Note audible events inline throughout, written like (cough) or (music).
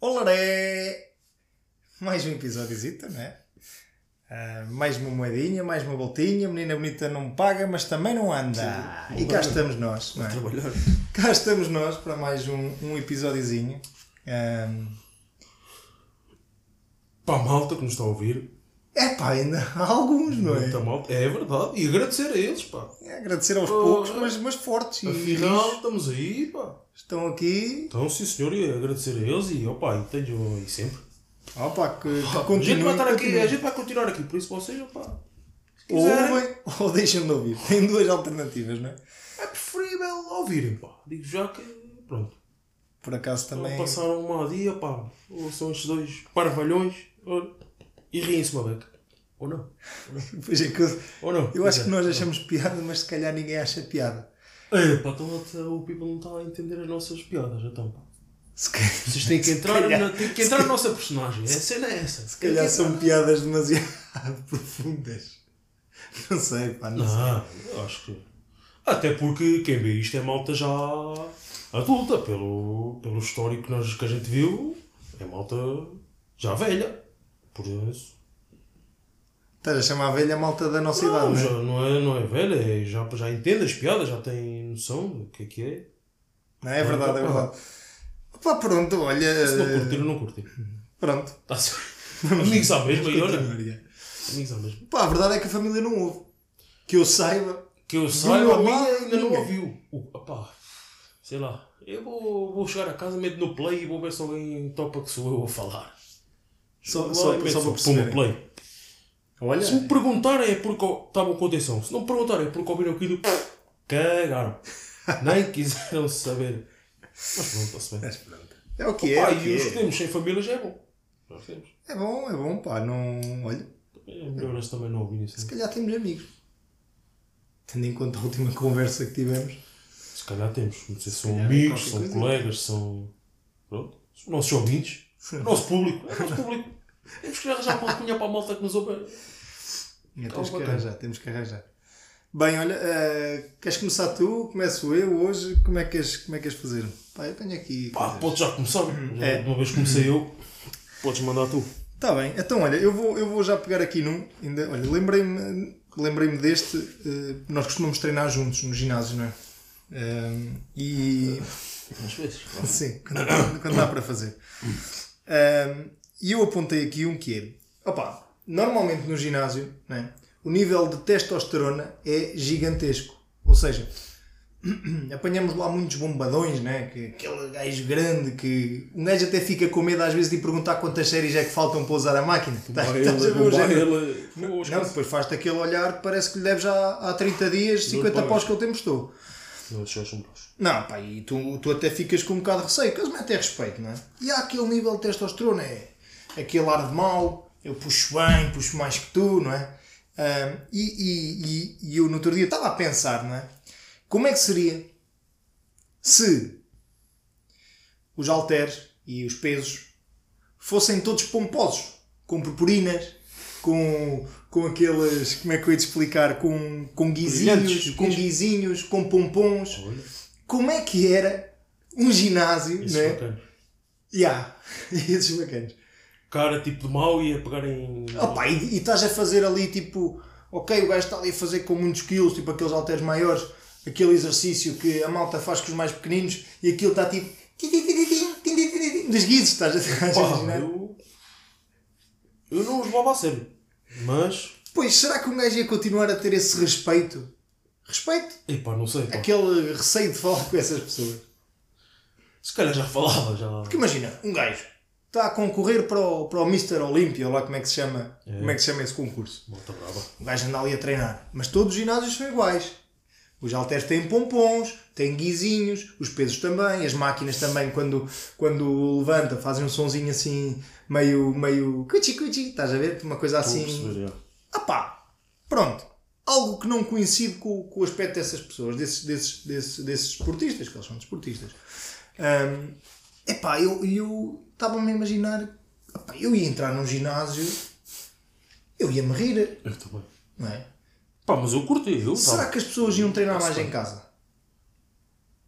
Olaré! Mais um episódiozito, não é? Ah, mais uma moedinha, mais uma voltinha. Menina bonita não paga, mas também não anda. Sim, e cá trabalhar. estamos nós, não é? trabalhar. Cá estamos nós para mais um, um episódiozinho. Ahm, Para a malta que nos está a ouvir, epá, É ainda há alguns, não é? muita malta. É verdade. E agradecer a eles, pá. É Agradecer aos Porra. poucos, mas, mas fortes. E Afinal, estamos aí, pá. estão aqui Então, sim senhor, e agradecer a eles e, opá, e tenho aí sempre. Opa, que, que a gente vai continuem, estar aqui, continuem. a gente vai continuar aqui, por isso vocês, opá. Se Ou quiserem, ouvem ou (laughs) deixam de ouvir. Tem duas alternativas, não é? é preferível ouvirem, pá. Digo já que, pronto. Por acaso também. (laughs) Passaram um mau dia, pá. Ou são estes dois parvalhões, olha, e riem-se uma beca. Ou não? Pois é que eu, Ou não? eu acho que nós achamos piada, mas se calhar ninguém acha piada. É, pá, então até o people não está a entender as nossas piadas, então, pá. Se calhar, (laughs) Vocês têm que se entrar, calhar- na, têm que entrar na nossa personagem. A cena é essa. se calhar são piadas demasiado (laughs) profundas. Não sei, pá, não, sei. Não, eu Ah, acho que. Até porque quem vê isto é malta já adulta. Pelo, pelo histórico que, nós, que a gente viu, é malta já velha. Por isso. Estás a chamar a velha malta da nossa Não, idade, já, não é? não, é, não é velha, é, já, já entende as piadas, já tem noção do que é que é. Não é verdade, é Não, não. verdade. Opa, pronto, Se não curtir, olha. eh, não curtir. Pronto. (laughs) Tá certo. Amigos à mesma, e olha. Continuaria. Amigos à mesma. Pá, a verdade é que a família não ouve. Que eu saiba. Que eu saiba, a Não, minha lá, ainda não ninguém. ouviu. O, opá, sei lá, eu vou, vou chegar a casa, meto no play e vou ver se alguém topa que sou eu a falar. Só, Lá só, e meto só para pum, perceber. play. Olha. Se me perguntarem é porque estavam com atenção. Se não me perguntarem é porque ouviram aquilo, cagaram. (laughs) Nem quiseram saber. Mas pronto, está-se bem. Mas pronto. É o que é. Pá, é o que e os é. que temos sem família já é bom. Nós temos. É bom, é bom, pá. Não... Olha, É melhor eles também não ouvirem isso. se né? calhar temos amigos. Tendo em conta a última (laughs) conversa que tivemos. Se calhar temos. Não sei se Se são calhar é amigos, qualquer são coisa. colegas, são. Pronto. Os nossos ouvintes. O nosso público. É o nosso público. Temos que arranjar uma alcunha para a malta que nos ouve. É, Tá temos que bacana. arranjar, temos que arranjar. Bem, olha, eh, queres começar tu? Começo eu hoje? Como é que és, como é que és fazer? Pá, eu tenho aqui. Pá, podes já começar. né? Já É. de Uma vez que comecei eu, podes mandar tu. Está bem, então olha, eu vou, eu vou já pegar aqui num. Ainda, olha, lembrei-me lembrei deste. eh, nós costumamos treinar juntos no ginásio, não é? Eh, e Às vezes. Sim, quando, quando dá para fazer. Ahm, E eu apontei aqui um que é: opá, normalmente no ginásio né, o nível de testosterona é gigantesco. Ou seja, (clears throat) apanhamos lá muitos bombadões, né, que, aquele gajo grande que um gajo até fica com medo às vezes de perguntar quantas séries é que faltam para usar a máquina. Tá- estás a ver o género? Não, depois faz-te aquele olhar, que parece que lhe deves já há 30 dias 50 pagas. paus que ele tempo estou. Não deixaste um braço. Não, pá, e tu, tu até ficas com um bocado de receio, que eles metem respeito, não é? E há aquele nível de testosterona, é aquele ar de mau, eu puxo bem, puxo mais que tu, não é? Ahm, e, e, e, e eu no outro dia estava a pensar, não é? Como é que seria se os halteres e os pesos fossem todos pomposos, com purpurinas, com, com aqueles, como é que eu ia te explicar, com, com guizinhos, Brilhantes, com diz. guizinhos, com pompons Olha, como é que era um ginásio, isso né? é bacana. Yeah. (laughs) Esses bacanas. Cara tipo de mau e a pegar em. Opa, e, e estás a fazer ali tipo, ok, o gajo está ali a fazer com muitos quilos, tipo aqueles halteres maiores, aquele exercício que a malta faz com os mais pequeninos e aquilo está tipo. tim, tim, tim, tim, tim, tim, tim, tim, tim, Dos guizos, estás a (laughs) estás a Pá, imaginar? eu. Eu não os levava a sério. Mas. Pois será que um gajo ia continuar a ter esse respeito? Respeito? Epá, não sei. Pá. Aquele receio de falar com essas pessoas. Se calhar já falava, já. Porque imagina, um gajo está a concorrer para o, para o Mr. Olímpia, ou lá como é que se chama, como é que se chama esse concurso. Malta brava. O gajo anda ali a treinar. Mas todos os ginásios são iguais. Os halteres têm pompons, têm guizinhos, os pesos também, as máquinas também, quando, quando levanta, fazem um sonzinho assim, meio, meio cuchi-cuchi, estás a ver? Uma coisa Vou assim. perceber, já. Ah pá, pronto. Algo que não coincide com, com o aspecto dessas pessoas, desses, desses, desses, desses esportistas, que eles são desportistas. Hum, epá, eu eu estava-me a imaginar, epá, eu ia entrar num ginásio, eu ia me rir, Eu também. não é? Pá, mas eu curti, eu Será que as pessoas iam treinar mais em casa?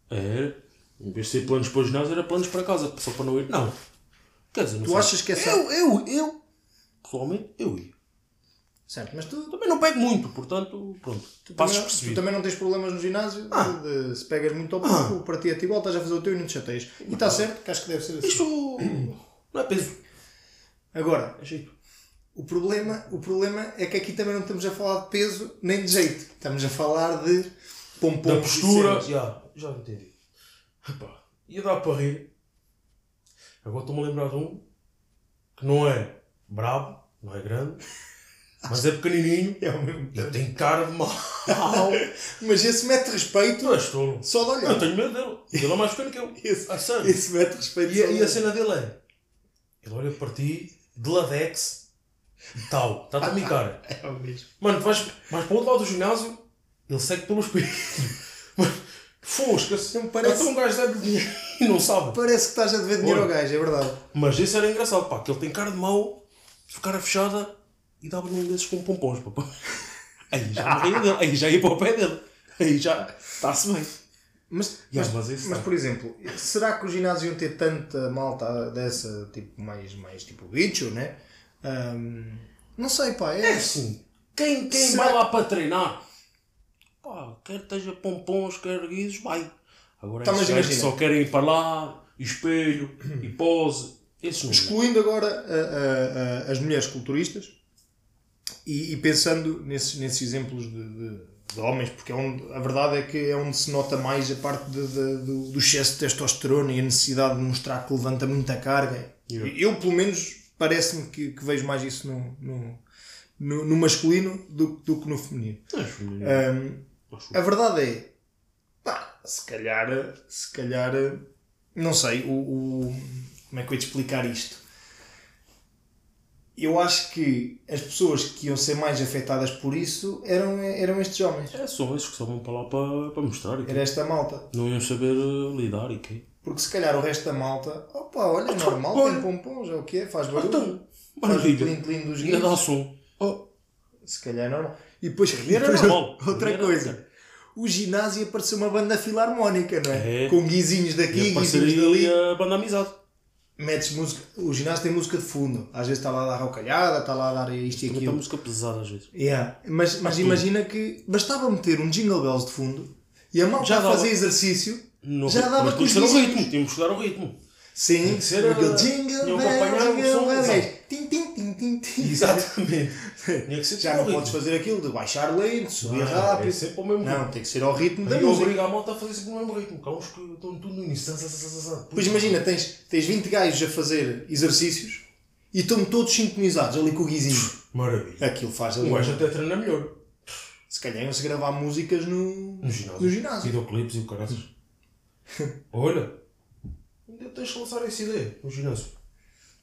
Era. É, Em vez de ser planos para o ginásio, era planos para casa, só para não ir. Não. Quer dizer, não Tu sei. achas que é só- Eu, eu, eu. Pessoalmente, eu ia. Certo, mas tu, Também não pego muito, portanto, pronto. Passas também, tu percebido. também não tens problemas no ginásio? Ah. de- de- se pegas muito ao pouco, para ti é igual, estás a fazer o teu e não te chateias. E está certo, que acho que deve ser assim. Isto não é peso. Agora, É jeito. o problema, o problema é que aqui também não estamos a falar de peso nem de jeito. Estamos a falar de pompons. Da e postura. cenas. Já, já entendi. Epá, ia dar para rir. Agora estou-me a lembrar de um que não é brabo, não é grande, mas é pequenininho É o mesmo. e tem cara (laughs) de mal. Mas esse mete respeito Tu és tolo. só de Eu olhar. tenho medo dele. Ele é mais pequeno que eu. (laughs) Esse- A sério. Esse mete respeito E, só a- de e a olhar. cena dele é: ele olha para ti, de ladex e tal, está-te a micar. É o mesmo. Mano, tu vais, vais para o outro lado do ginásio, ele segue pelos pés. Mano, (laughs) fosca-se. Não parece- Até um gajo deve dinheiro e não sabe. Parece que estás a dever dinheiro ao Olha. gajo, é verdade. Mas isso era engraçado, pá, que ele tem cara de mau, cara fechada e dava-lhe um desses com pompons, papá. (laughs) Aí já morria dele, aí já ia para o pé dele. Aí já está-se bem. Mas, Ya, mas, mas isso mas, não. por exemplo, será que os ginásios iam ter tanta malta dessa, tipo, mais, mais tipo bicho, né? Ahm, não sei, pá. É É, assim, quem, quem Será vai lá para treinar, pá, quer esteja pompons, quer guizos, vai. Agora Tá, esses mas gajos que imagina. só querem ir para lá, e espelho, (clears throat) e pose, esses não. excluindo agora a- a- a- as mulheres culturistas e, e pensando nesses, nesses exemplos de, de- de homens, porque é onde, a verdade é que é onde se nota mais a parte de- de- do, do excesso de testosterona e a necessidade de mostrar que levanta muita carga. Yeah. Eu, pelo menos, parece-me que, que vejo mais isso no, no, no- no masculino do, do que no feminino. Acho, Ahm, acho. a verdade é, pá, se calhar, se calhar, não sei, o, o- como é que eu ia te explicar isto? Eu acho que as pessoas que iam ser mais afetadas por isso eram, eram estes homens, É, são esses que só vão para lá para, para mostrar e quê. era esta malta. Não iam saber eh, lidar e quê. Porque se calhar o resto da malta, opa, olha, é normal, olha. tem pompons, é o que é, faz barulho, Então, faz o maravilha. clean dos Ainda guias, dá som. Oh, se calhar é normal. E depois, era depois normal. outra Era- coisa, o ginásio apareceu uma banda filarmónica, não é? É. Com guizinhos e daqui, guizinhos dali. apareceria a banda amizade. metes música, o ginásio tem música de fundo, às vezes está lá a dar rocalhada, está lá a dar isto e Também está aquilo. música pesada às vezes. Yeah. Mas, mas imagina que bastava meter um jingle bells de fundo e a malta Já a dava. fazer exercício Não, já dava mas com os tínhamos que dar o vizinhos. ritmo, tínhamos que dar o ritmo. Sim, que ser, aquele ah, jingle tinham que bells, acompanhar o jingle som, bells, É exato. tim tim tim tim tim. Exatamente. Tinha que ser Já com não o ritmo. podes fazer aquilo de baixar lento, subir Ah, rápido. é sempre ao mesmo Não, ritmo. tem que ser ao ritmo da Daí eu música. obrigo a malta a fazer sempre o mesmo ritmo. que Há uns que estão tudo no início. Zan, zan, zan, zan, zan. Pois imagina, tens, tens 20 gajos a fazer exercícios e estão todos sintonizados ali com o guizinho. Maravilha. Aquilo faz ali. um- Um gajo até treina melhor. Se calhar iam-se gravar músicas no, No ginásio. no ginásio. Videoclipes e o caraças. (laughs) Olha. Ainda tens de lançar essa ideia no ginásio.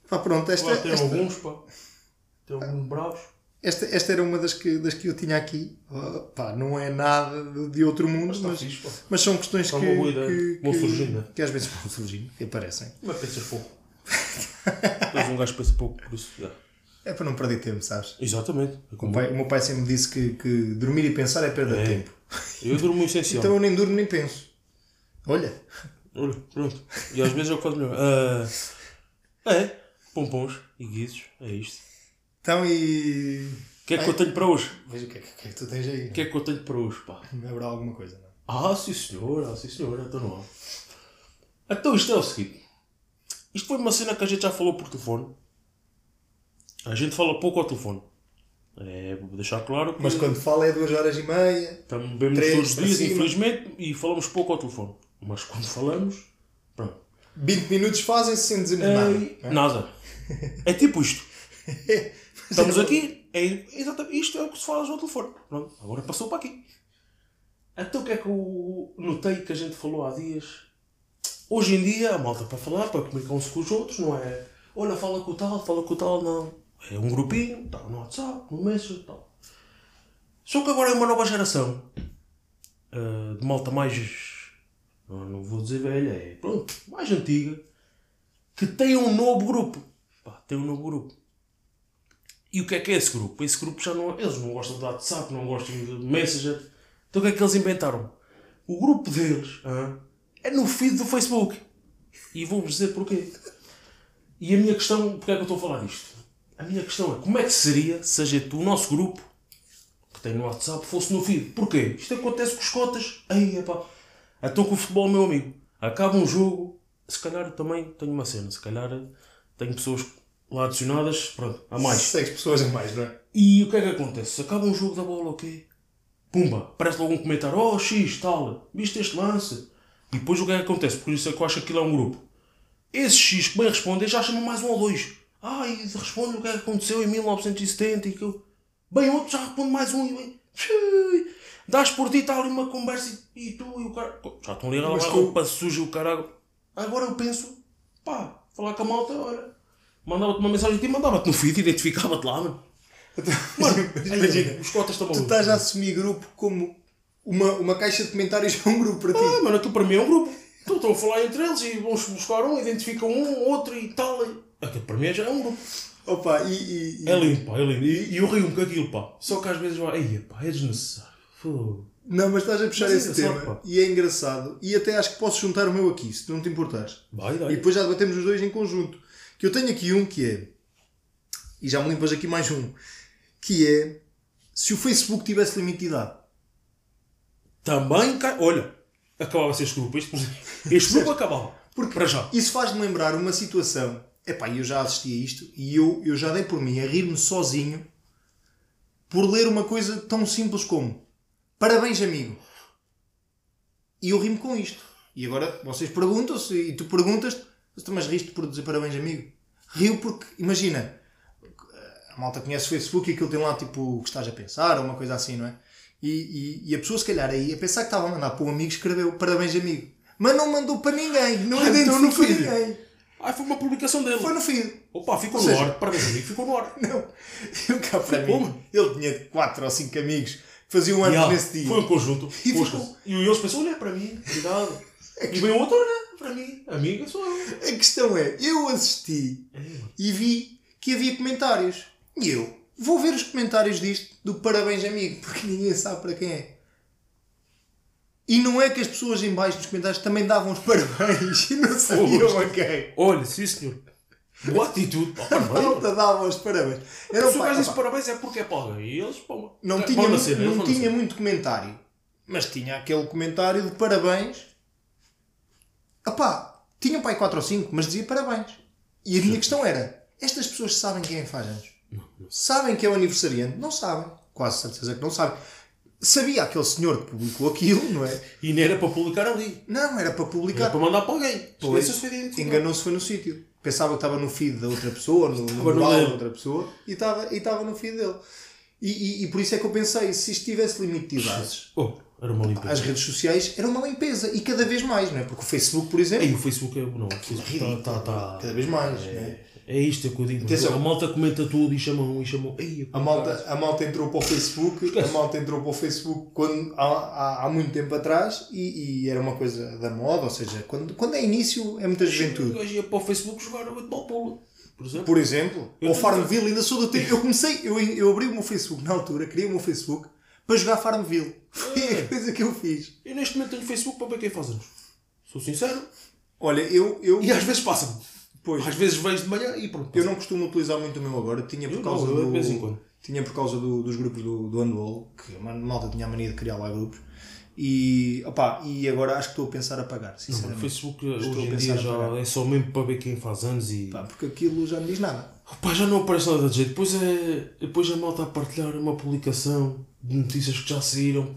Pá, pronto, esta, Lá tem esta, alguns, pá. Tem alguns bravos. esta, esta era uma das que, das que eu tinha aqui. Oh, pá, não é nada de, de outro mundo, Mas mas, está mas, fixe, pá. são questões Está que, uma boa ideia. que, Vão que- surgindo, né? que às vezes vão surgindo, que aparecem. Mas pensas (laughs) pouco. Depois um gajo pensa pouco, por isso. já. É para não perder tempo, sabes? Exatamente. É O, como pai- o meu pai sempre disse que, que dormir e pensar é perda de É. tempo. Eu durmo o essencial. Então eu nem durmo nem penso. Olha, Olha, pronto. E às vezes eu quase melhor. Ah, é. Pompons e guizos. É isto. então e. O que é que eu tenho para hoje? Veja o que é que, o que é que tu tens aí. O que é que eu tenho para hoje, pá? Não haverá alguma coisa, não? Ah, sim senhor, ah, sim senhor, então não há. Então isto é o seguinte. Isto foi uma cena que a gente já falou por telefone. A gente fala pouco ao telefone. É, vou deixar claro que Mas quando fala é duas horas e meia. estamos bem nos Três todos os para dias, cima. infelizmente, e falamos pouco ao telefone. Mas quando falamos, pronto. 20 minutos fazem-se sem dizer nada. É, nada. É tipo (laughs) isto. Estamos aqui, é, exatamente, isto é o que se fala no telefone. Pronto, agora passou para aqui. Então o que é que eu notei que a gente falou há dias? Hoje em dia, a malta para falar, para comunicar-se com os outros, não é? Olha, fala com o tal, fala com o tal, não. É um grupinho, tal, no WhatsApp, no Messenger, tal. Só que agora é uma nova geração ah, de malta mais. Não, não vou dizer velha, é. Pronto, mais antiga que tem um novo grupo. Pá, tem um novo grupo. E o que é que é esse grupo? Esse grupo já não. Eles não gostam de WhatsApp, não gostam de Messenger. Então o que é que eles inventaram? O grupo deles hã, é no feed do Facebook. E vou-vos dizer porquê. E a minha questão, porque é que eu estou a falar disto? A minha questão é como é que seria se a gente, o nosso grupo, que tem no WhatsApp, fosse no feed? Porquê? Isto acontece com os cotas. Aí, epá. Então com o futebol, meu amigo, acaba um jogo. Se calhar também tenho uma cena, se calhar tenho pessoas lá adicionadas, pronto, a mais. Seis pessoas a mais, não é? E o que é que acontece? Se acaba um jogo da bola, ok? Pumba, parece logo um comentário, oh X, tal, viste este lance? E depois o que é que acontece? Por isso é que eu acho que aquilo é um grupo. Esse X que bem responde, já chama mais um ou dois. Ah, e responde o que é que aconteceu em 1970 e que eu... Bem, outro já responde mais um e bem... Tchui, Dás por ti, está ali uma conversa e, e tu e o cara... Já estão ligados Mas lá, a tu- roupa suja, o caralho. Agora eu penso, pá, falar com a malta, olha... Mandava-te uma mensagem a ti, mandava-te no feed, identificava-te lá, né? mano. Mano, Mas imagina, Então, (laughs) imagina, os cotas estão tu malucos. estás a assumir grupo como uma, uma caixa de comentários (laughs) é um grupo para ti. Ah, mano, aquilo para mim é um grupo. Então estão a falar entre eles e vão buscar um, identificam um, outro e tal. e- Aquilo para mim já é um grupo. Opa, e. e- e- É limpo, pá, é limpo. E, e eu rio-me com aquilo, pá. Só que às vezes, vai, "Ei, pá, é desnecessário. Fogo. Não, mas estás a puxar Mas é esse engraçado, tema pá. e é engraçado. E até acho que posso juntar o meu aqui, se tu não te importares. Vai, E vai. depois já debatemos os dois em conjunto. Que eu tenho aqui um que é. E já me limpas aqui mais um. Que é. Se o Facebook tivesse limite de idade. Também, cai- olha, acabava-se este grupo. Este, este (laughs) grupo acabava. Porque para já. Isso faz-me lembrar uma situação. Epá, eu já assisti a isto e eu, eu já dei por mim a rir-me sozinho por ler uma coisa tão simples como Parabéns, amigo. E eu rimo com isto. E agora vocês perguntam-se e tu perguntas-te, "Mas tu mas riste por dizer parabéns, amigo? Rio porque, imagina, a malta conhece o Facebook e aquilo tem lá tipo o que estás a pensar ou uma coisa assim, não é? E, e- e a pessoa, se calhar, aí a pensar que estava a mandar para um amigo, escreveu parabéns, amigo. Mas não mandou para ninguém, não Ah, (laughs) então identificou não foi. ninguém. Ai, Ah, foi uma publicação dele. Foi no (laughs) feed. Opa, ficou Ou no seja- ar. Parabéns, amigo, ficou no (laughs) ar. Não. Eu cá para Ficou, mim. mano. Ele tinha 4 ou 5 amigos que faziam anos Yeah, nesse dia. Foi um conjunto. E Com as ficou. coisas. E É eles pensam, olha, é para mim, (laughs) obrigado. E vem outro, olha, para mim, amiga, sou eu. A questão é, eu assisti e vi que havia comentários. E eu vou ver os comentários disto do parabéns amigo, porque ninguém sabe para quem é. E não é que as pessoas em baixo nos comentários também davam os (laughs) parabéns e não sabiam a quem. Olha, sim senhor. Boa atitude, pá, A parabéns. malta dava os parabéns. Era um Se o é? pá- gajo disse opa, parabéns é porque é paga. E eles, pá, não é, tinha, vão mu- nascer, eles não vão tinha nascer. muito comentário, mas tinha aquele comentário de parabéns. Apá, tinha um pai 4 ou 5, mas dizia parabéns. E a minha questão era: estas pessoas sabem quem é que faz anos? Sabem que é o aniversariante? Não sabem. Quase certeza que não sabem. Sabia aquele senhor que publicou aquilo, não é? E nem era para publicar ali. Não, era para Era publicar. para mandar para alguém. é, Pois, é, Esqueças foi dentro. Enganou-se foi no sítio. Pensava que estava no feed da outra pessoa, no, no no mural da dele. outra pessoa, e estava, e estava no feed dele. E, e- e por isso é que eu pensei, se isto tivesse limite de idades, Oh, era uma limpeza. as redes sociais era uma limpeza, e cada vez mais, não é? Porque o Facebook, por exemplo, Ei, o Facebook é. Não, o Facebook ridículo. está. Tá, cada tá. vez mais, não é? É, é isto é que eu digo. Atenção. A malta comenta tudo e chamam e chamam. Ei, A malta, a malta entrou para o Facebook, a malta entrou para o Facebook quando, há, há, há muito tempo atrás e, e era uma coisa da moda, ou seja, quando, quando é início é muita O juventude. gajo ia para o Facebook jogar a futebol polo. Por exemplo. Por exemplo, Eu ou tô- Farmville, ainda sou do tempo. Eu comecei, eu, eu abri o meu Facebook na altura, criei o meu Facebook para jogar Farmville. Foi a coisa que eu fiz. Eu neste momento tenho Facebook para ver quem faz anos. Sou sincero. Olha, eu, eu, E às vezes passa-me. pois, Às vezes vejo de manhã e pronto. eu não costumo utilizar muito o meu agora, tinha por Eu causa não, eu de vez em do, quando. tinha por causa do- dos grupos do, do handball, que a malta tinha a mania de criar lá grupos. E, opá, e agora acho que estou a pensar a pagar, Não, mano, sinceramente. Facebook Estou hoje a em pensar dia em pagar. Tá. já é só mesmo para ver quem faz anos e. Pá, porque aquilo já não diz nada. Pá, já não aparece nada de jeito. Depois, é, depois a malta a partilhar uma publicação de notícias que já saíram.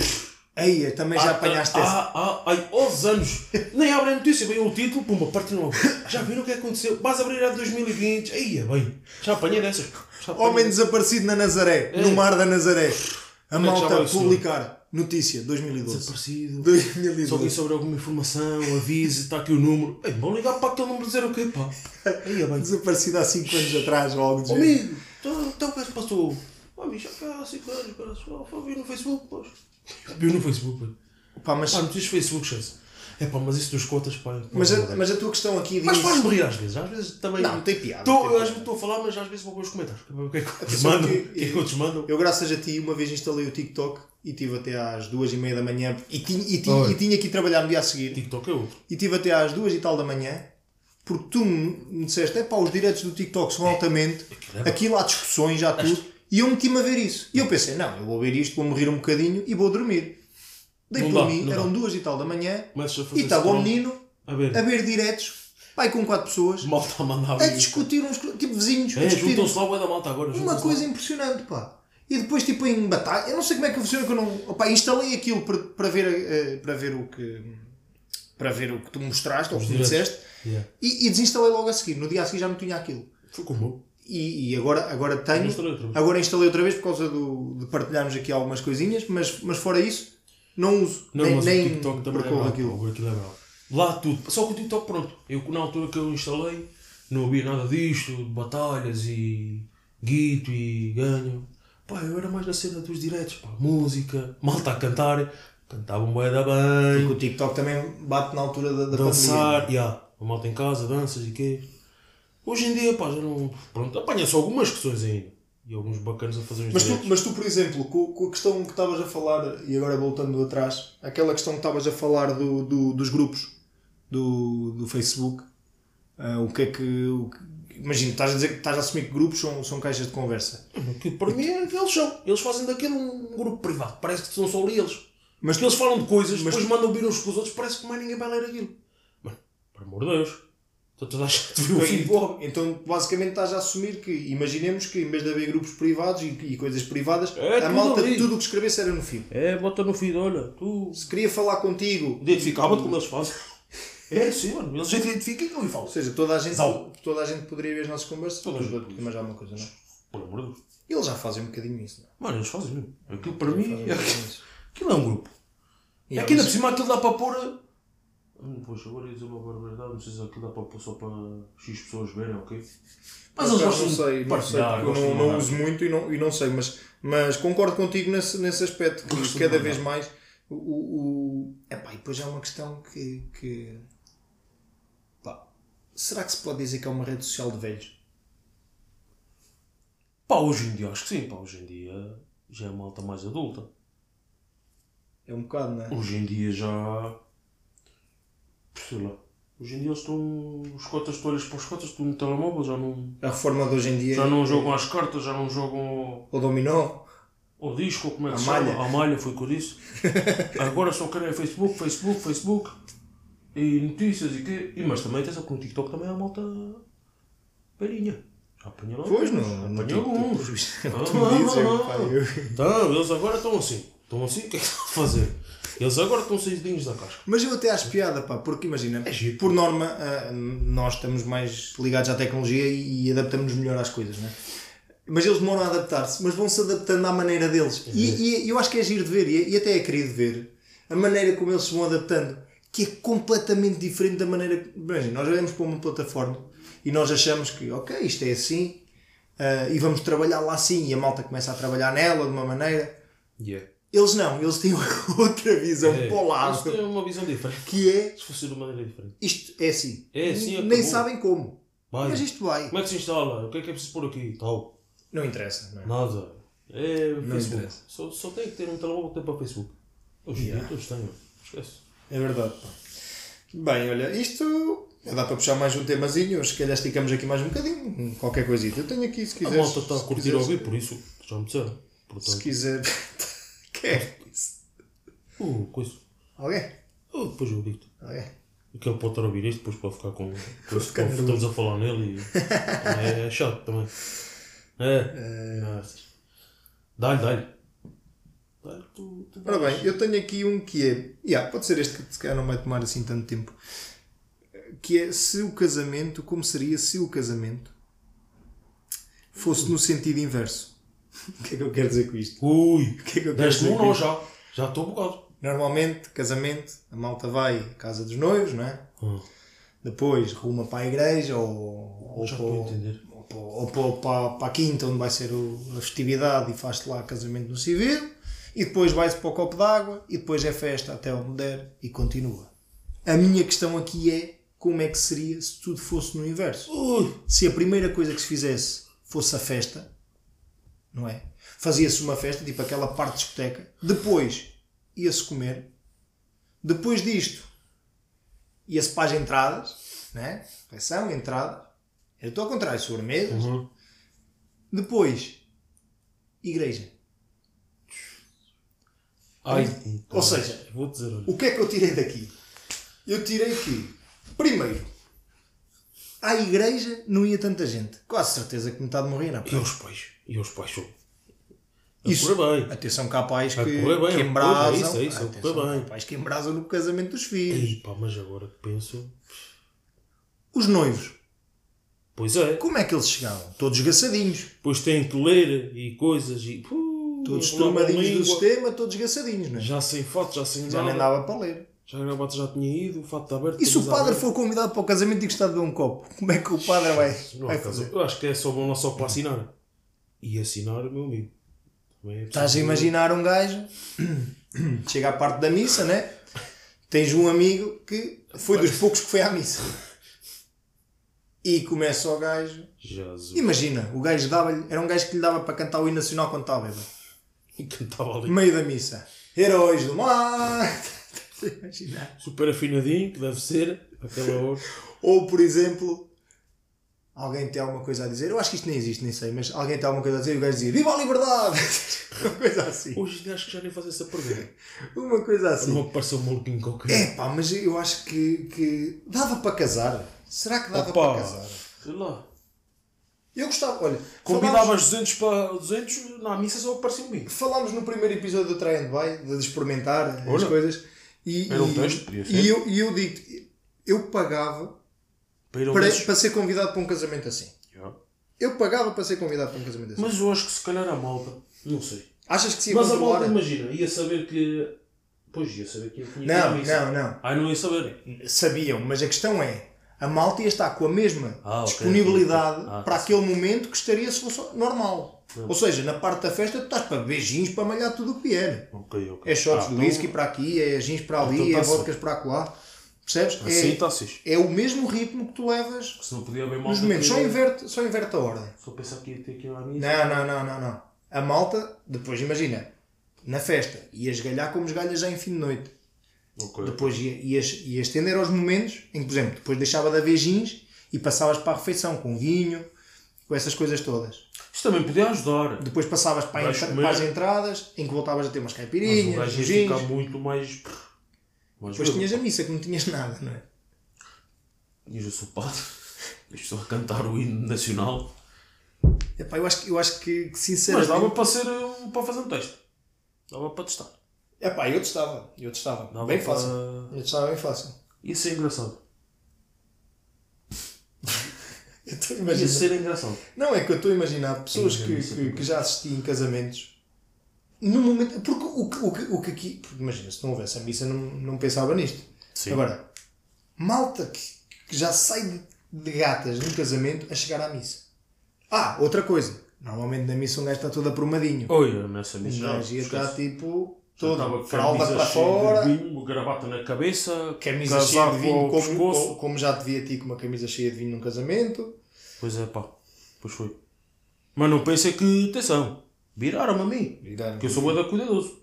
Aí, também já apanhaste essa. Ah, ah, ai, aos anos. Nem abrem a notícia, vem o título, pumba, partem logo. Já viram o que aconteceu? Vais abrir a 2020. Aí, é bem. Já apanhei dessas. Já ah, apanhei. Homem desaparecido na Nazaré, no mar da Nazaré. A Como é que malta chama a isso? publicar notícia 2012. Desaparecido. Se alguém 2012. sobre alguma informação, avise, está aqui o número. Ei, vão ligar para aquele número e dizer o quê, pá? Aí, é bem. Desaparecido há 5 anos atrás ou algo do Ó, género. Amigo, então então o que é que se passou? Ah, bicho, há 5 anos, cara, só vi no Facebook, pois. Viu no Facebook, pois. Pá, mas Pá, notícias do Facebook, chance. É pá, mas isso dos cotas, pá. não Mas vou a, ver. mas a tua questão aqui diz. Mas faz-me rir às vezes, às vezes também. Não, tem piada. Tô- tem eu piada. às vezes estou a falar, mas às vezes vou ver os comentários. O que é que outros Atenção mandam? que- O que é que outros mandam? Eu, graças a ti, uma vez instalei o TikTok e tive até às duas e meia da manhã e tinha, e, tinha, Oi. e tinha que ir trabalhar no dia a seguir. TikTok é outro. E tive até às duas e tal da manhã porque tu me me disseste: é pá, os diretos do TikTok são altamente, aquilo é- aquilo há discussões, há tudo. E eu meti-me a ver isso. E eu pensei: não, eu vou ver isto, vou morrer um bocadinho e vou dormir. Dei Não por dá, mim, não eram duas e tal da manhã Começas a fazer e estava o scroll. menino É A a ver, ver diretos, pai com quatro pessoas, malta a mandar. a vir. discutir uns, co- tipo vizinhos, a É, discutir juntam-se lá o da malta agora. é uma juntam-se coisa lá. impressionante, pá. E depois, tipo, em batalha, eu não sei como é que funciona, que eu não. Opá, instalei aquilo para, para, ver, eh, para ver o que. para ver o que tu me mostraste ou o que me direitos. disseste Yeah. e, e desinstalei logo a seguir. No dia a seguir já não tinha aquilo. Foi É como E, e agora, agora tenho. Instalei outra vez. Agora instalei outra vez por causa do, de partilharmos aqui algumas coisinhas, mas, mas fora isso, não uso. Não, nem mas nem o TikTok também é percorro mau, aquilo. pá, aquilo é mau. Lá tudo. Só que o TikTok, pronto. Eu, na altura que eu instalei, não havia nada disto, de batalhas e guito e ganho. Pá, eu era mais na cena dos diretos, pá, música, malta a cantar, cantavam bué da bem, Porque o TikTok também bate na altura da, da pandemia. dançar, yeah, a malta em casa, danças e quê. Hoje em dia, pá, já não... Pronto, apanha-se algumas questões ainda. E alguns bacanas a fazer uns Mas tu, diretos. mas tu, por exemplo, com, com a questão que estavas a falar, e agora voltando atrás, aquela questão que estavas a falar do, do- dos grupos do, do Facebook, ah, o que é que. o que- imagina, estás a dizer que estás a assumir que grupos são, são caixas de conversa. Que para mim é que eles são. Eles fazem daquilo um grupo privado. Parece que são só ali eles. Mas Mas que eles falam de coisas, mas- depois mandam vir uns com os outros, parece que mais ninguém vai ler aquilo. Mano, por amor de Deus. Então toda a gente viu o fim do Então, então, basicamente, estás a assumir que, imaginemos que em vez de haver grupos privados e, e coisas privadas, É a tudo malta, ali. tudo o que escrevesse era no feed. É, bota no feed, olha, tu. Se queria falar contigo, Identificava-te como eles fazem. É, sim, mano. Eles identificam e ou falam. seja, toda a gente, Não. toda a gente poderia ver as nossas conversas, Toda a mas gente. mas há uma coisa, não é? Por amor de Deus. Eles já fazem um bocadinho isso, (laughs) não é? Mano, eles fazem mesmo. Aquilo para mim. Fazem um bocadinho isso. Aquilo é (laughs) um grupo. E E há aqui É ainda uns- por cima aquilo dá para pôr. Hum, Poxa, agora ia dizer uma barbaridade, não sei se aquilo dá para pôr só para X pessoas verem, ok? Mas eles Por acaso gostam não sei, de não sei, partilhar, porque eu gostam não, de não mandar. uso muito e não, e não sei, mas, mas concordo contigo nesse, nesse aspecto, que Gostam de cada mandar. vez mais o, o... Epá, e depois há uma questão que... que... Pá, será que se pode dizer que é uma rede social de velhos? Pá, hoje em dia acho que sim, pá, hoje em dia já é malta mais adulta. É um bocado, não é? Hoje em dia já. sei lá. Hoje em dia eles estão. Os cotas, tu olhas para os cotas, tu no telemóvel já não. A reforma de hoje em dia, Já não jogam as cartas, já não jogam o dominó, o disco, como é que A se malha. chama? A malha, foi o que (laughs) eu disse. Agora só querem Facebook, Facebook, Facebook e notícias e quê. E, mas também tens com o TikTok também há a malta velhinha. Já apanhei lá. pois alguns, não, não apanhei alguns. (laughs) tu me dizes, eu, pá, eu... Então, eles agora estão assim. Estão assim, o que é que estão a fazer? Eles agora estão saídinhos da casca. Mas eu até acho piada, pá, porque imagina, É giro. por norma, ah, nós estamos mais ligados à tecnologia e, e adaptamos melhor às coisas, não é? Mas eles demoram a adaptar-se, mas vão-se adaptando à maneira deles. E, e eu acho que é giro de ver, e, e até é querido de ver, a maneira como eles se vão adaptando, que é completamente diferente da maneira. Imagina, nós olhamos para uma plataforma e nós achamos que, ok, isto é assim, ah, e vamos trabalhar lá assim, e a malta começa a trabalhar nela de uma maneira. Yeah. Eles não, eles têm (laughs) outra visão para o É. Eles têm lado, uma visão diferente. que é Se fosse de uma maneira diferente. isto é assim. É assim, Nem acabou. sabem como. Vai. Mas isto vai. Como é que se instala? O que é que é preciso pôr aqui? Tal. Não interessa, não é? Nada. É Facebook. interessa. Só, só tem que ter um telemóvel que tem para Facebook. Hoje em Yeah. dia todos têm. Esquece. É verdade. pá. Bem, olha, isto dá para puxar mais um temazinho. Se calhar esticamos aqui mais um bocadinho. Qualquer coisita. Eu tenho aqui, se A quiseres. malta está a se curtir quiseres- ouvir, por isso já me disseram. Se Portanto, quiser. (laughs) Quer? uh, coisa. Alguém? Uh, depois eu digo Alguém? Aquele pode estar a ouvir isto, depois pode ficar (laughs) com. com esse povo que Estamos a falar nele e. é chato também. É. Nossa. Dá-lhe, dá-lhe. Dá-lhe, tu- tu- Ora bem, eu tenho aqui um que é. Yeah, pode ser este que se calhar não vai tomar assim tanto tempo. Que é se o casamento. Como seria se o casamento fosse no sentido inverso? (laughs) O que é que eu quero dizer com isto? Ui, que é que eu quero deste-me dizer um com nó isto? já. Já estou um bocado. Normalmente, casamento, a malta vai à casa dos noivos, não é? Depois ruma para a igreja ou, ou, Já para, estou a o- entender. ou para- ou para- para, para a quinta, onde vai ser o- a festividade e faz-se lá casamento no civil. E depois vai-se para o copo d'água e depois é festa até onde der e continua. A minha questão aqui é como é que seria se tudo fosse no inverso. Se a primeira coisa que se fizesse fosse a festa, não é? Fazia-se uma festa, tipo aquela parte de discoteca, depois ia-se comer, depois disto ia-se para as entradas, né? Refeição, entrada, era tudo ao contrário, sobremesas, Uhum. depois igreja. Ai, Ou seja, vou dizer, olha. O que é que eu tirei daqui? Eu tirei que, primeiro, à igreja não ia tanta gente. Quase certeza que metade morria é? na E os pais? E os pais? são- Isso. A correr bem. Atenção que há pais que, Vai correr bem, que é embrasam. isso, é isso, é Atenção, correr bem. há pais que embrasam no casamento dos filhos. Ei, pá, mas agora que penso. Os noivos, Pois é. como é que eles chegavam? Todos gaçadinhos. Depois tem que ler e coisas e. Puh, Todos enrolar a turmadinhos do língua. sistema, todos gaçadinhos, não é? Já sem foto, já sem Já nem nada. dava para ler. Já a gravata já tinha ido, o fato aberto. E se o camisa padre aberta. for convidado para o casamento e gostar de beber um copo? Como é que o padre vai, Não, vai por acaso, fazer? Eu acho que é só bom lá só para assinar. E assinar, meu amigo. Também é Estás a preciso- imaginar um gajo, (clears throat) chega à parte da missa, né? Tens um amigo que foi dos poucos que foi à missa. E começa o gajo. Jesus. Imagina, o gajo dava-lhe, era um gajo que lhe dava para cantar o hino nacional quando estava bêbado. (laughs) E cantava ali. No meio da missa. Heróis do mar! (laughs) Estás a imaginar? Super afinadinho, que deve ser. Aquela hora. Ou, por exemplo, alguém tem alguma coisa a dizer. Eu acho que isto nem existe, nem sei, mas alguém tem alguma coisa a dizer e o gajo dizia Viva a liberdade! (laughs) Uma coisa assim. Hoje acho que já nem faz essa pergunta. Uma coisa assim. Não apareceu um maluquinho qualquer. É pá, mas eu acho que, que dava para casar. Será que dava Opa. para casar? Sei lá. Eu gostava, olha, falámos, Combinavas 200 para 200, na missa só aparecia um bico. falámos no primeiro episódio do Try and Buy, de experimentar as Olha. coisas. E, Era um e- teste, podia ser. E eu, e eu digo eu pagava Para ir ao para, menos- para ser convidado para um casamento assim. Já. Eu pagava para ser convidado para um casamento assim. Mas eu acho que se calhar a malta, não sei. Achas que se ia Mas a controlar? malta, imagina, ia saber que. Pois ia saber que ele tinha que ir à Não, missa. não, não. Ai, não ia saber. Sabiam, mas a questão é, a malta ia estar com a mesma Ah, ok, disponibilidade ok. Ah, para sim. aquele momento que estaria se fosse normal. Ou seja, na parte da festa tu estás para beijinhos, para malhar tudo o que vier. Ok, ok. É shots Ah, de então- whisky para aqui, é gins para ali, Então tá é certo. vodkas para acolá. Percebes? É, Assim está fixe. é o mesmo ritmo que tu levas Se não podia haver malta. nos momentos. que- Só inverte, só inverte a ordem. Só pensar que ia ter que ir à missa. Não, não, não, não, não. A malta, depois imagina, na festa, ias galhar como esgalhas já em fim de noite. Ok. Depois ia- ias, ias estender aos momentos em que, por exemplo, depois deixava de haver gins e passavas para a refeição com vinho, com essas coisas todas. Isto também podia ajudar. Depois passavas para, a Vais entra- comer. para as entradas, em que voltavas a ter umas Mas o caipirinhas, gajo uns ia ficar gins. muito mais. mais Depois bêbado. tinhas a missa que não tinhas (laughs) nada, não é? Tinhas o sopado. (laughs) As pessoas a cantar o hino nacional. Epá, eu acho, que- eu acho que, que Mas sinceramente. dava para ser. um- para fazer um teste. Dava para testar. Epá, eu testava, eu testava. Dava bem para- fácil. Eu testava é bem fácil. (laughs) Ia ser é engraçado. Eu estou a Ia imaginar. ser engraçado. Não, é que eu estou a imaginar pessoas que, Imagina isso é que, aqui. que já assisti em casamentos. No momento. Porque o, que- o, que- o que aqui. porque Imagina, se não houvesse a missa, não, não pensava nisto. Sim. Agora, malta que, que já sai de, de gatas no casamento a chegar à missa. Ah, outra coisa. Normalmente na missa um gajo está todo aprumadinho. Oi, a nessa Um missão. gajo ia estar tipo. Andava Todo. com Fralda camisa para cheia fora. De vinho, gravata na cabeça, Camisa casaco cheia de vinho, oh. ao como, pescoço. co- como já devia ter com uma camisa cheia de vinho num casamento. Pois é, pá. Pois foi. Mas não pensei que, atenção, viraram-me a mim. Viraram-me. Que eu sou boa da cuidadoso.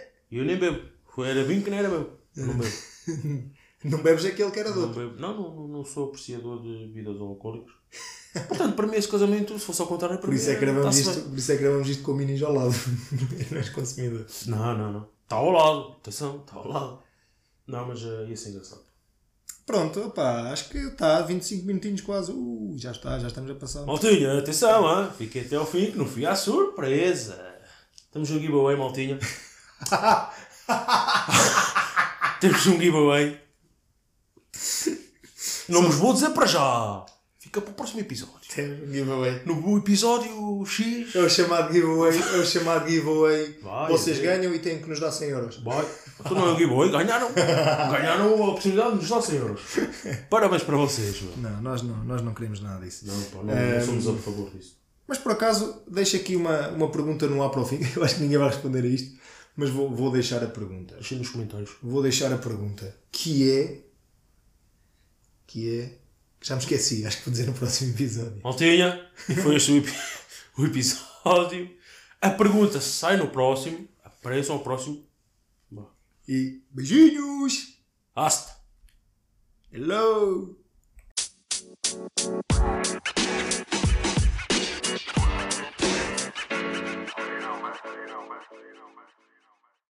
(laughs) E eu nem bebo. Foi- Era vinho que nem era meu. Não bebo. Não bebes aquele que era do Não, outro. bebo. Não, não, não, não sou apreciador de bebidas alcoólicas. Portanto, para mim esse casamento, se fosse ao contrário, para Por mim isso, é que era- gravamos tá-se isto, por isso é que gravamos isto com o Minis ao (laughs) lado. não és consumidor. bem. Não, não, não. Está ao lado. Atenção, está ao lado. Não, mas eh, ia ser engraçado. Pronto, opá, acho que tá, está 25 minutinhos quase. Uh, já está, já estamos a passar. Maltinha, atenção, hein? fiquei até ao fim que não fui à surpresa. Temos um giveaway, (laughs) Maltinha. Temos um giveaway. Não vos vou dizer para já. Fica para o próximo episódio. Temos um giveaway. No episódio X. É o chamado giveaway, é o chamado giveaway. Vai, Vocês é. ganham e têm que nos dar 100 euros. Vai. Então não é um giveaway, ganharam. Ganharam a oportunidade de nos dar 100 (laughs) euros. Parabéns para vocês, Ehm, mano. Não, nós não, nós não queremos nada disso. Não, pá, não, não somos a favor disso. (laughs) Mas por acaso, deixo aqui uma, uma pergunta no ar para o fim. Eu acho que ninguém vai responder a isto. Mas vou, vou deixar a pergunta. Deixa nos comentários. Vou deixar a pergunta. Que é. Que é. que Já me esqueci, acho que vou dizer no próximo episódio. Maltinha, e foi este o, epi- (laughs) o episódio. A pergunta sai no próximo. Apareçam ao próximo. E beijinhos! Hasta! Hello!